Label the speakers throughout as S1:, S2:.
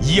S1: 以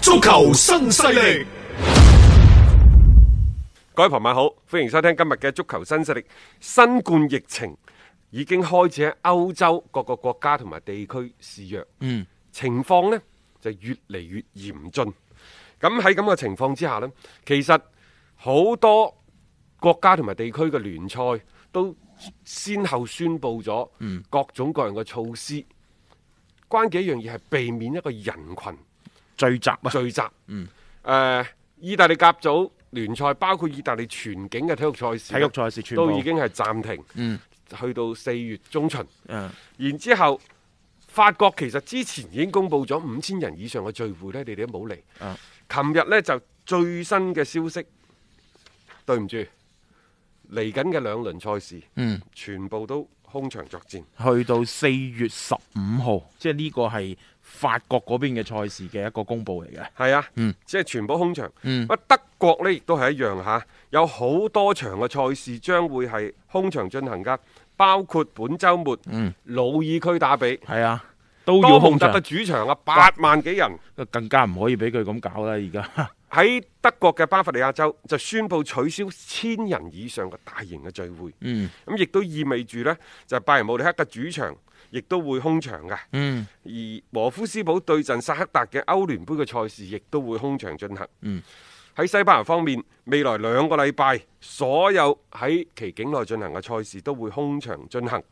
S1: 足球新勢力，
S2: 各位朋友好，歡迎收聽今日嘅足球新勢力。新冠疫情已經開始喺歐洲各個國家同埋地區肆虐，嗯，情況呢就越嚟越嚴峻。咁喺咁嘅情況之下呢，其實好多國家同埋地區嘅聯賽都先後宣布咗各種各樣嘅措施。關鍵一樣嘢係避免一個人群
S3: 聚集啊！
S2: 聚集。嗯。誒、意大利甲組聯賽包括意大利全境嘅體育賽事，啊
S3: 體育賽事全部
S2: 都已經係暫停。嗯。去到四月中旬。
S3: 嗯。
S2: 然之後，法國其實之前已經公布咗五千人以上嘅聚會呢，你哋都冇嚟。
S3: 嗯
S2: 琴日呢，就最新嘅消息，對唔住，嚟緊嘅兩輪賽事，嗯，全部都空場作戰。
S3: 去到四月十五號，即係呢個係法國嗰邊嘅賽事嘅一個公佈嚟嘅。
S2: 係啊，
S3: 嗯
S2: 即係全部空場。啊德國呢亦都係一樣嚇，有好多場嘅賽事將會係空場進行㗎，包括本週末魯爾區打比，
S3: 係啊，嗯都
S2: 多
S3: 要
S2: 蒙
S3: 控制，
S2: 特嘅主場啊，八萬幾人
S3: 更加唔可以俾佢咁搞啦！而家
S2: 喺德國嘅巴伐利亞州就宣布取消千人以上嘅大型嘅聚會。
S3: 嗯，
S2: 咁亦都意味住呢，就係拜仁慕尼黑嘅主場。亦都會空場嘅，
S3: 嗯
S2: 而和夫斯堡對陣薩克達嘅歐聯杯嘅賽事，亦都會空場進行。
S3: 嗯
S2: 喺西班牙方面，未來兩個禮拜所有喺其境內進行嘅賽事都會空場進行，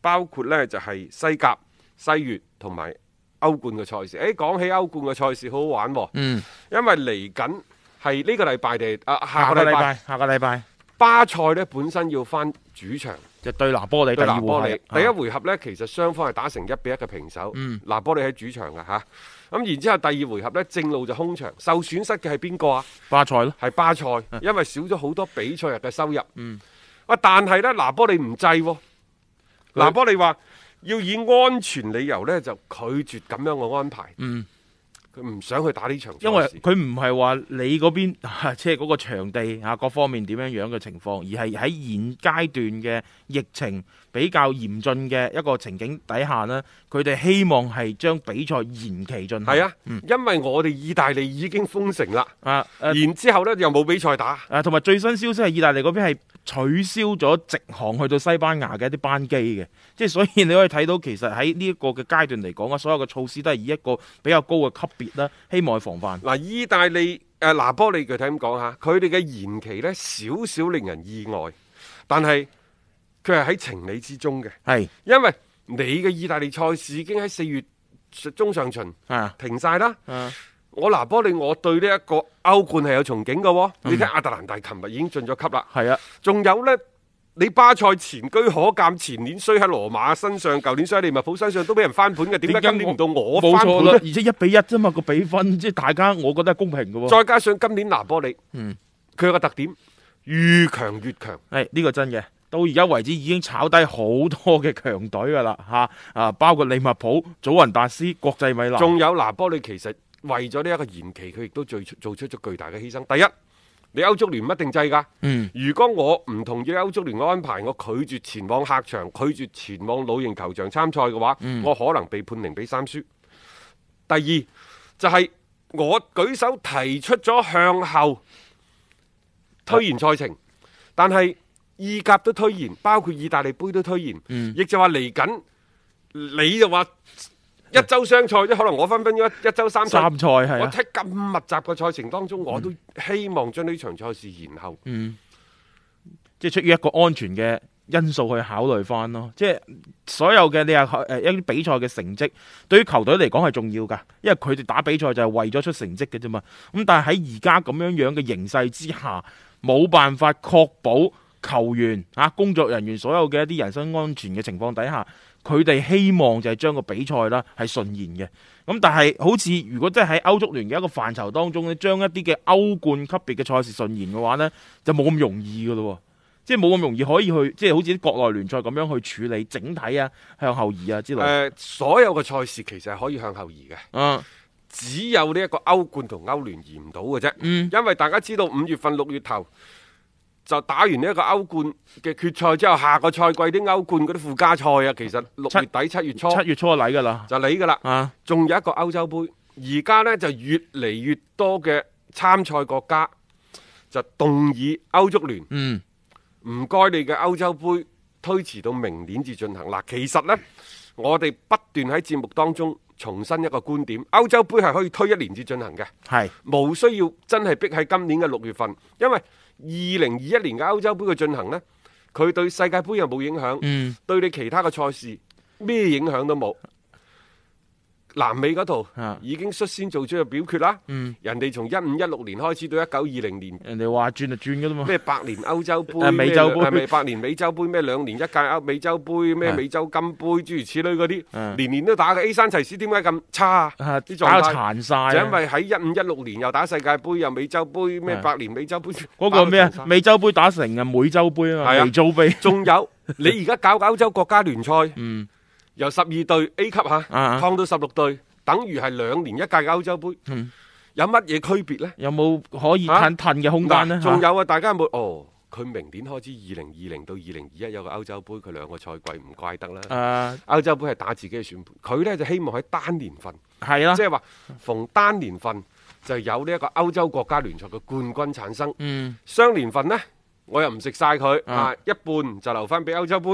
S2: 包括呢就係、西甲、西乙同埋歐冠嘅賽事。誒、講起歐冠嘅賽事好好玩喎、
S3: 嗯，
S2: 因為嚟緊係呢個禮拜定係啊下
S3: 下
S2: 個
S3: 個
S2: 禮
S3: 禮
S2: 拜
S3: 拜下個禮拜
S2: 巴塞呢本身要翻主場
S3: 就對拿波利第
S2: 對
S3: 二
S2: 拿波
S3: 回
S2: 利，
S3: 合
S2: 第一
S3: 啊嗯
S2: 回合呢，其實雙方係打成一比一嘅平手。拿波利喺主場嘅嚇，咁然之後第二回合呢，正路就空場，受損失嘅係邊個啊？
S3: 巴塞咯，
S2: 係巴塞，
S3: 嗯
S2: 因為少咗好多比賽日嘅收入。嗯，啊，但係呢，拿波利唔制喎，拿波利話要以安全理由呢，就拒絕咁樣嘅安排。
S3: 嗯，
S2: 佢唔想去打呢場賽事
S3: 因為佢唔係話你嗰邊 即係嗰個場地啊各方面點樣樣嘅情況，而係喺現階段嘅疫情比較嚴峻嘅一個情景底下呢，佢哋希望係將比賽延期進行。
S2: 係啊，因為我哋意大利已經封城啦，
S3: 啊誒
S2: 然之後呢，又冇比賽打。
S3: 啊，同埋最新消息係意大利嗰邊係取消咗直航去到西班牙嘅一啲班機嘅，即係所以你可以睇到其實喺呢一個嘅階段嚟講啊，所有嘅措施都係以一個比較高嘅級別啦，希望去防範。
S2: 嗱，意大利誒、呃拿波利具體咁講嚇，佢哋嘅延期呢，少少令人意外，但係佢係喺情理之中嘅，
S3: 係
S2: 因為你嘅意大利賽事已經喺四月中上旬。
S3: 啊，
S2: 停晒啦。
S3: 啊
S2: 我拿波利，我對呢一個歐冠係有憧憬嘅喎。
S3: 嗯
S2: 你睇亞特蘭大琴日已經進咗級啦。
S3: 係啊，
S2: 仲有呢，你巴塞前居可鑑，前年衰喺羅馬身上，舊年衰喺利物浦身上，都俾人翻盤嘅。點解今年唔到我
S3: 冇
S2: 翻
S3: 錯
S2: 盤
S3: 啦，
S2: 呢
S3: 而？且一比一啫嘛個比分，即係大家我覺得係公平嘅喎。
S2: 再加上今年拿波利，佢有個特點，越強越強。
S3: 係呢個真嘅。到而家為止已經炒低好多嘅強隊㗎啦嚇啊，包括利物浦、祖雲達斯、國際米蘭。
S2: 仲有拿波利其實為咗呢一個延期，佢亦都做出做出咗巨大嘅犧牲。第一，你歐足聯唔一定制㗎。
S3: 嗯
S2: 如果我唔同意歐足聯嘅安排，我拒絕前往客場，拒絕前往老型球場參賽嘅話，我可能被判零比三輸。第二就係、我舉手提出咗向後推延賽程，但係意甲都推
S3: 嗯
S2: 延，包括意大利杯都推延，亦、就話嚟緊，你就話一周雙賽啫，可能我分分鐘一一周三賽。
S3: 嗯三賽係
S2: 我
S3: 啊，嗯
S2: 睇咁密集嘅賽程當中，我都希望將呢場賽事延後。
S3: 即係出於一個安全嘅因素去考慮翻咯。即係所有嘅你話誒一啲比賽嘅成績，對於球隊嚟講係重要㗎，因為佢哋打比賽就係為咗出成績嘅啫嘛。咁但係喺而家咁樣樣嘅形勢之下，冇辦法確保球員啊、工作人員所有嘅一啲人身安全嘅情況底下，佢哋希望就係將個比賽啦係順延嘅。咁但係好似如果真係喺歐足聯嘅一個範疇當中咧，將一啲嘅歐冠級別嘅賽事順延嘅話呢，就冇咁容易㗎咯喎。即係冇咁容易可以去，即係好似啲國內聯賽咁樣去處理整體啊、向後移啊之
S2: 誒、
S3: 類。
S2: 所有嘅賽事其實係可以向後移嘅。
S3: 嗯
S2: 只有呢一個歐冠同歐聯移唔到嘅啫，因為大家知道五月份六月頭就打完呢一個歐冠嘅決賽之後，下個賽季啲歐冠嗰啲附加賽啊，其實六
S3: 七
S2: 月底七月初
S3: 七月初就嚟㗎啦，
S2: 就嚟噶啦，
S3: 啊，
S2: 仲有一個歐洲杯，而家呢，就越嚟越多嘅參賽國家就動議歐足聯
S3: 嗯，
S2: 唔該你嘅歐洲杯推遲到明年至進行。嗱，其實呢，我哋不斷喺節目當中重申一個觀點，歐洲杯係可以推一年至進行嘅。
S3: 係
S2: 冇需要真係逼喺今年嘅六月份，因為二零二一年嘅歐洲杯嘅進行呢，佢對世界盃又冇影響，
S3: 嗯
S2: 對你其他嘅賽事咩影響都冇。南美嗰度
S3: 啊
S2: 已經率先做出咗表決啦，人哋從一五一六年開始到一九二零 年。
S3: 人哋話轉就轉㗎啦嘛。
S2: 咩百年歐洲杯、
S3: 誒美洲杯
S2: 咩係咪百年美洲杯？咩兩年一屆歐美洲杯？咩
S3: 係
S2: 美洲金杯？諸如此類嗰啲，
S3: 嗯
S2: 年年都打嘅。A 山齊斯點解咁差啊？
S3: 啊
S2: 啲
S3: 打
S2: 狀
S3: 到
S2: 態
S3: 殘晒啊，
S2: 就因為喺一五一六年又打世界盃，又美洲杯，咩
S3: 係
S2: 百年美洲杯，
S3: 嗰個咩啊
S2: 打到殘晒
S3: 美洲杯打成啊美洲杯啊
S2: 係啊
S3: 嘛，美洲 杯
S2: 仲有你而家搞歐洲國家聯賽，
S3: 嗯
S2: 由十二隊 A 級嚇，
S3: 啊
S2: 擴到十六隊，等於係兩年一屆嘅歐洲杯，
S3: 嗯
S2: 有乜嘢區別呢？
S3: 有冇可以褪褪嘅空間
S2: 啊嗱
S3: 呢？
S2: 仲
S3: 嚇
S2: 有啊，大家有冇哦？佢明年開始二零二零到二零二一有個歐洲杯，佢兩個賽季唔怪得啦。
S3: 誒
S2: 歐洲杯係打自己嘅算盤，佢呢就希望喺單年份，
S3: 係啦
S2: 即，係話逢單年份就有呢一個歐洲國家聯賽嘅冠軍產生。
S3: 嗯
S2: 雙年份呢，我又唔食晒佢
S3: 啊
S2: 啊，一半就留翻俾歐 洲杯，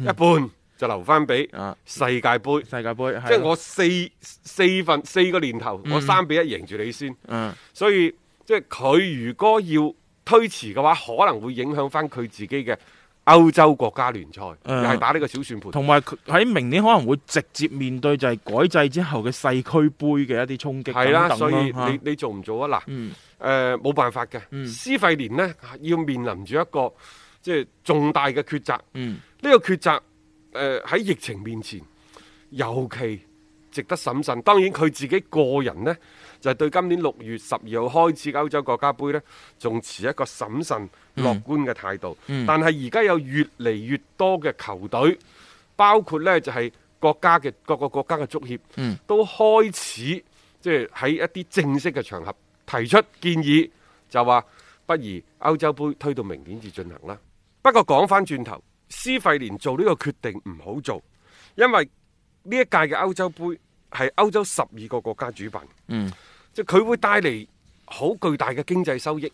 S2: 一半就留翻俾
S3: 啊
S2: 世界盃。
S3: 世界盃
S2: 即係
S3: 係啦
S2: 我四四份四個年頭，我三比一贏住你先，
S3: 嗯
S2: 所以即係佢如果要推遲嘅話，可能會影響翻佢自己嘅歐洲國家聯賽，又
S3: 嗯
S2: 係打呢個小算盤。
S3: 同埋佢喺明年可能會直接面對就係改制之後嘅世區杯嘅一啲衝擊
S2: 係啦，
S3: 等
S2: 所
S3: 等
S2: 以
S3: 咯
S2: 你
S3: 嚇
S2: 你做唔做啊？嗱
S3: 嗯，
S2: 誒冇辦法嘅，
S3: 嗯
S2: 施費年呢，要面臨住一個即係重大嘅抉擇。
S3: 嗯
S2: 呢個抉擇，誒、呃喺疫情面前，尤其值得審慎。當然佢自己個人呢，就係對今年六月十二號開始嘅歐洲國家杯呢，仲持一個審慎樂觀嘅態度。
S3: 嗯
S2: 但係而家有越嚟越多嘅球隊，包括呢就係、國家嘅各個國家嘅足協，
S3: 嗯
S2: 都開始即係喺一啲正式嘅場合提出建議，就話不如歐洲杯推到明年至進行啦。不過講翻轉頭，施費連做呢個決定唔好做，因為呢一屆嘅歐洲杯係歐洲十二個國家主辦，
S3: 嗯，
S2: 即係佢會帶嚟好巨大嘅經濟收益，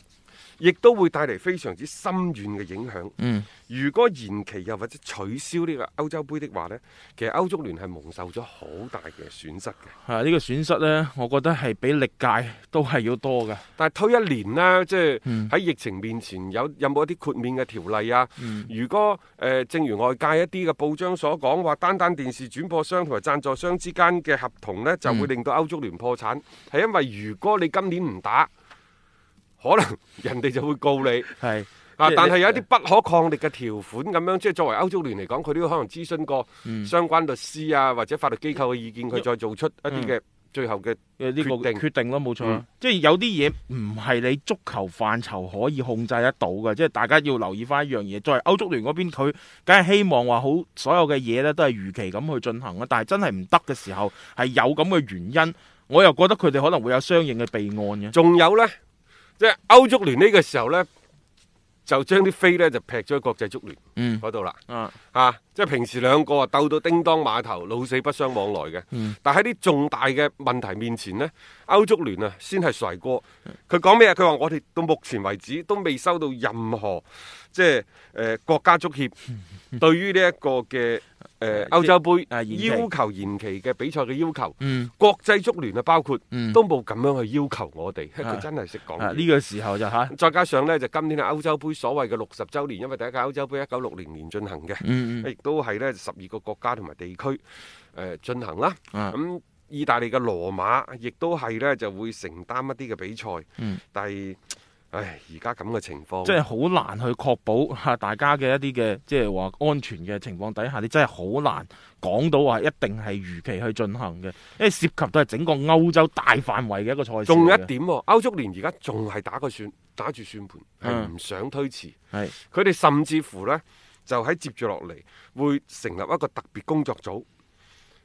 S2: 亦都會帶嚟非常之深遠嘅影響。
S3: 嗯，
S2: 如果延期又或者取消呢個歐洲杯的話呢，其實歐足聯係蒙受咗好大嘅損失嘅。
S3: 係啊呢個損失呢，我覺得係比歷屆都係要多㗎。
S2: 但係推一年呢，即係
S3: 嗯
S2: 喺疫情面前有有冇一啲豁免嘅條例啊？
S3: 嗯
S2: 如果誒、呃正如外界一啲嘅報章所講話，單單電視轉播商同埋贊助商之間嘅合同
S3: 嗯
S2: 呢，就會令到歐足聯破產，係因為如果你今年唔打，可能人哋就會告你。
S3: 係
S2: 啊！
S3: 即係
S2: 但
S3: 你
S2: 係有一啲不可抗力嘅條款咁樣，即係作為歐足聯嚟講，佢都要可能諮詢過
S3: 嗯
S2: 相關律師啊，或者法律機構嘅意見，佢再做出一啲嘅
S3: 嗯
S2: 最後嘅
S3: 嘅呢個
S2: 決定
S3: 決定咯，冇錯。
S2: 嗯
S3: 即係有啲嘢唔係你足球範疇可以控制得到嘅，即係大家要留意翻一樣嘢。作為歐足聯嗰邊，佢梗係希望話好所有嘅嘢咧都係如期咁去進行啦。啊但係真係唔得嘅時候，係有咁嘅原因，我又覺得佢哋可能會有相應嘅備案嘅。
S2: 仲有呢，即係歐足聯呢個時候呢，就將啲飛呢就劈咗去國際足聯
S3: 嗯
S2: 嗰度啦。
S3: 啊，
S2: 啊，即係平時兩個啊鬥到叮當碼頭，老死不相往來嘅。
S3: 嗯
S2: 但喺啲重大嘅問題面前呢，歐足聯啊先係甩鍋。佢講咩啊？佢話我哋到目前為止都未 收到任何即係誒、呃、國家足協對於呢一個嘅誒歐洲杯
S3: 啊延期
S2: 要求延期嘅比賽嘅要求，
S3: 嗯
S2: 國際足聯啊包括
S3: 嗯
S2: 都冇咁樣去要求我哋，
S3: 啊
S2: 佢真係識
S3: 啊
S2: 講
S3: 呢
S2: 嘢。
S3: 個時候就吓，
S2: 再加上呢，就今年嘅歐洲杯所謂嘅六十週年，因為第一屆歐洲杯一九六零年進行嘅，
S3: 嗯
S2: 亦都係呢十二個國家同埋地區誒、呃、進行啦。
S3: 啊
S2: 咁、意大利嘅羅馬亦都係呢就會承擔一啲嘅比賽，
S3: 嗯
S2: 但係唉而家咁嘅情況，
S3: 即係好難去確保嚇大家嘅一啲嘅即係話安全嘅情況底下，你真係好難講到話一定係如期去進行嘅，因為涉及到係整個歐洲大範圍嘅一個賽事嚟嘅。
S2: 仲有一點喎，歐足聯而家仲係打個算，打住算盤，係
S3: 嗯
S2: 唔想推遲。
S3: 係
S2: 佢哋甚至乎呢，就喺接住落嚟會成立一個特別工作組。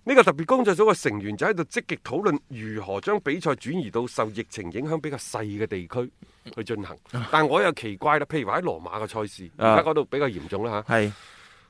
S2: 呢個特別工作組嘅成員就喺度積極討論如何將比賽轉移到受疫情影響比較細嘅地區
S3: 嗯
S2: 去進行。但我又奇怪啦，譬如話喺羅馬嘅賽事，
S3: 啊
S2: 而家嗰度比較嚴重啦嚇。
S3: 係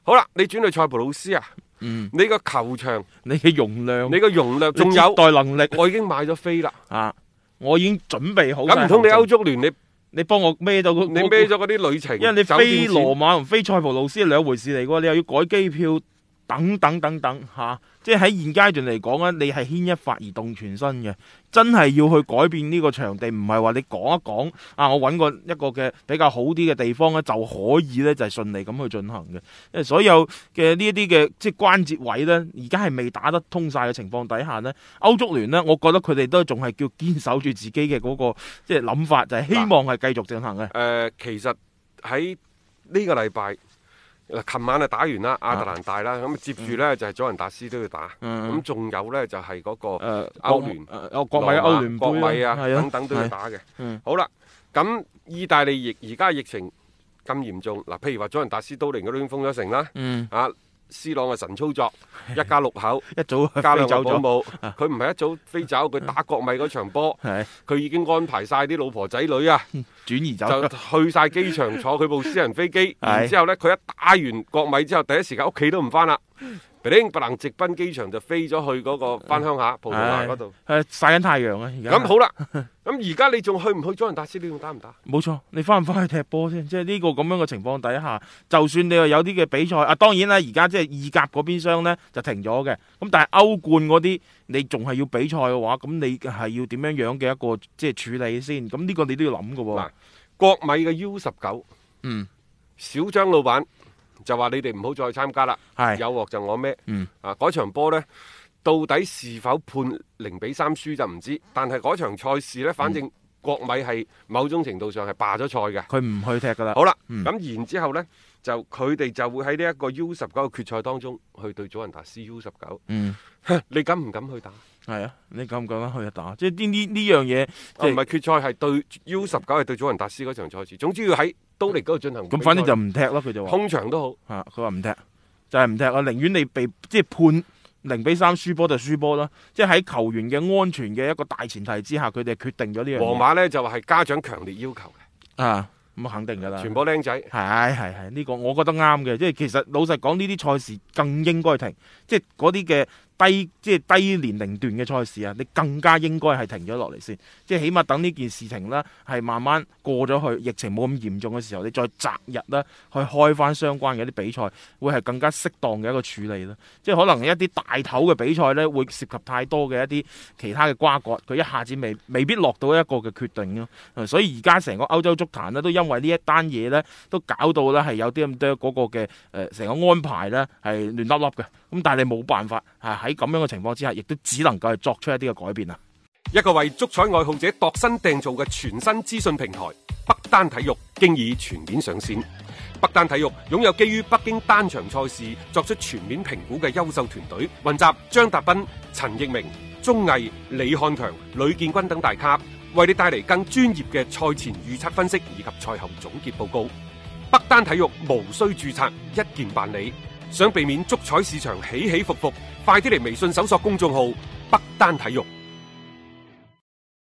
S2: 好啦，你轉去塞浦路斯啊，
S3: 嗯
S2: 你個球場、
S3: 你嘅容量，
S2: 你個容量，仲
S3: 嗯你
S2: 有
S3: 接待能力
S2: 我已經買咗飛啦。
S3: 啊，我已經準備好晒
S2: 咁
S3: 行程。
S2: 唔通你歐足聯你
S3: 你幫我孭到嗰
S2: 你孭咗嗰啲旅程，
S3: 因為你
S2: 酒店
S3: 飛
S2: 錢
S3: 羅馬同飛塞浦路斯係兩回事嚟嘅喎，你又要改機票，等等等等嚇、即係喺現階段嚟講啊咧，你係牽一發而動全身嘅，真係要去改變呢個場地，唔係話你講一講啊，我揾個一個嘅比較好啲嘅地方咧就可以咧就係、順利咁去進行嘅，因為所有嘅呢一啲嘅即係關節位咧，而家係未打得通晒嘅情況底下咧，歐足聯咧，我覺得佢哋都仲係叫堅守住自己嘅嗰、個即係諗法，就係、希望係繼續進行嘅
S2: 誒、，呃其實喺呢個禮拜嗱，琴晚啊打完啦，亞特蘭大啦，咁、啊接住呢就係佐仁達斯都要打，
S3: 啊嗯
S2: 咁仲、有呢就係嗰、個
S3: 誒
S2: 呃歐聯
S3: 誒誒國米嘅歐聯杯
S2: 國
S3: 啦
S2: 米啊
S3: 係啊
S2: 等等都要打嘅。
S3: 嗯
S2: 好啦，咁意大利疫而家疫情咁嚴重，嗱，譬如話佐仁達斯都靈嗰邊封咗城啦，
S3: 嗯，
S2: 啊。斯朗嘅神操作，一家六口
S3: 一早啊
S2: 加
S3: 飛
S2: 兩
S3: 走
S2: 個保
S3: 咗，啊
S2: 姆，佢唔係一早飛走，佢打國米嗰場波，
S3: 係
S2: 佢已經安排晒啲老婆仔女啊，
S3: 轉移走
S2: 就
S3: 咗，
S2: 去晒機場坐佢部私人飛機，
S3: 係
S2: 然之後呢，佢一打完國米之後，第一時間屋企都唔翻啦，b
S3: 嗯
S2: l 不能直奔機場就飛咗去嗰個翻鄉
S3: 嗯
S2: 下葡萄牙嗰度。
S3: 係曬緊太陽啊！而家
S2: 咁好 啦，咁而家你仲去唔去佐仁達斯？你仲打唔打？
S3: 冇錯，你翻唔翻去踢波先？即係呢個咁樣嘅情況底下，就算你話有啲嘅比賽啊，當然啦，而家即係意甲嗰邊商呢就停咗嘅，咁但係歐冠嗰啲你仲係要比賽嘅話，咁你係要點樣樣嘅一個即係處理先？咁呢個你都要諗嘅喎
S2: 嗱。國米嘅 U 十九，
S3: 嗯，
S2: 小張老闆就話你哋唔好再參加啦，
S3: 係
S2: 有鑊就我孭。
S3: 嗯
S2: 啊，嗰場波呢，到底是否判零比三輸就唔知，但係嗰場賽事呢，反
S3: 嗯
S2: 正國米係某種程度上係罷咗賽嘅。
S3: 佢唔去踢㗎啦。
S2: 好啦，
S3: 嗯
S2: 咁然之後呢，就佢哋就會喺呢一個 U 十九嘅決賽當中去對祖雲達斯 U 十九，
S3: 嗯，
S2: 你敢唔敢去打？啊
S3: 係啊，你敢唔敢去打？即係呢呢呢樣嘢，即
S2: 啊唔
S3: 係
S2: 係決賽係對 U 十九係對祖雲達斯嗰場賽事，總之要喺都力嗰度進行比賽。
S3: 咁，反正就唔踢咯。佢就話。
S2: 空場都好，
S3: 啊，佢話唔踢，就係唔踢。我寧願你被即係判零比三輸波就輸波啦。即係喺球員嘅安全嘅一個大前提之下，佢哋係決定咗呢樣
S2: 皇
S3: 嘢。
S2: 馬呢就話係家長強烈要求嘅，
S3: 啊，咁肯定㗎啦。
S2: 全部僆仔。
S3: 係係係，呢、個我覺得啱嘅，即係其實老實講，呢啲賽事更應該停，即係嗰啲嘅低即係低年齡段嘅賽事啊，你更加應該係停咗落嚟先，即係起碼等呢件事情啦，係慢慢過咗去，疫情冇咁嚴重嘅時候，你再擇日啦去開翻相關嘅一啲比賽，會係更加適當嘅一個處理啦。即係可能一啲大頭嘅比賽呢，會涉及太多嘅一啲其他嘅瓜葛，佢一下子未未必落到一個嘅決定咯。呃所以而家成個歐洲足壇呢，都因為呢一單嘢呢。都搞到咧係有啲咁多嗰個嘅誒成個安排咧係亂粒粒嘅，咁但係你冇辦法啊喺咁樣嘅情況之下，亦都只能夠係作出一啲嘅改變啊！
S2: 一個為足彩愛好者度身訂造嘅全新資訊平台北單體育，經已全面上線。北單體育擁有基於北京單場賽事作出全面評估嘅優秀團隊，雲集張達斌、陳奕明、鐘毅、李漢強、呂建軍等大咖，為你帶嚟更專業嘅賽前預測分析以及賽後總結報告。北單體育無需註冊，一鍵辦理。想避免足彩市場起起伏伏，快啲嚟微信搜索公眾號北單體育。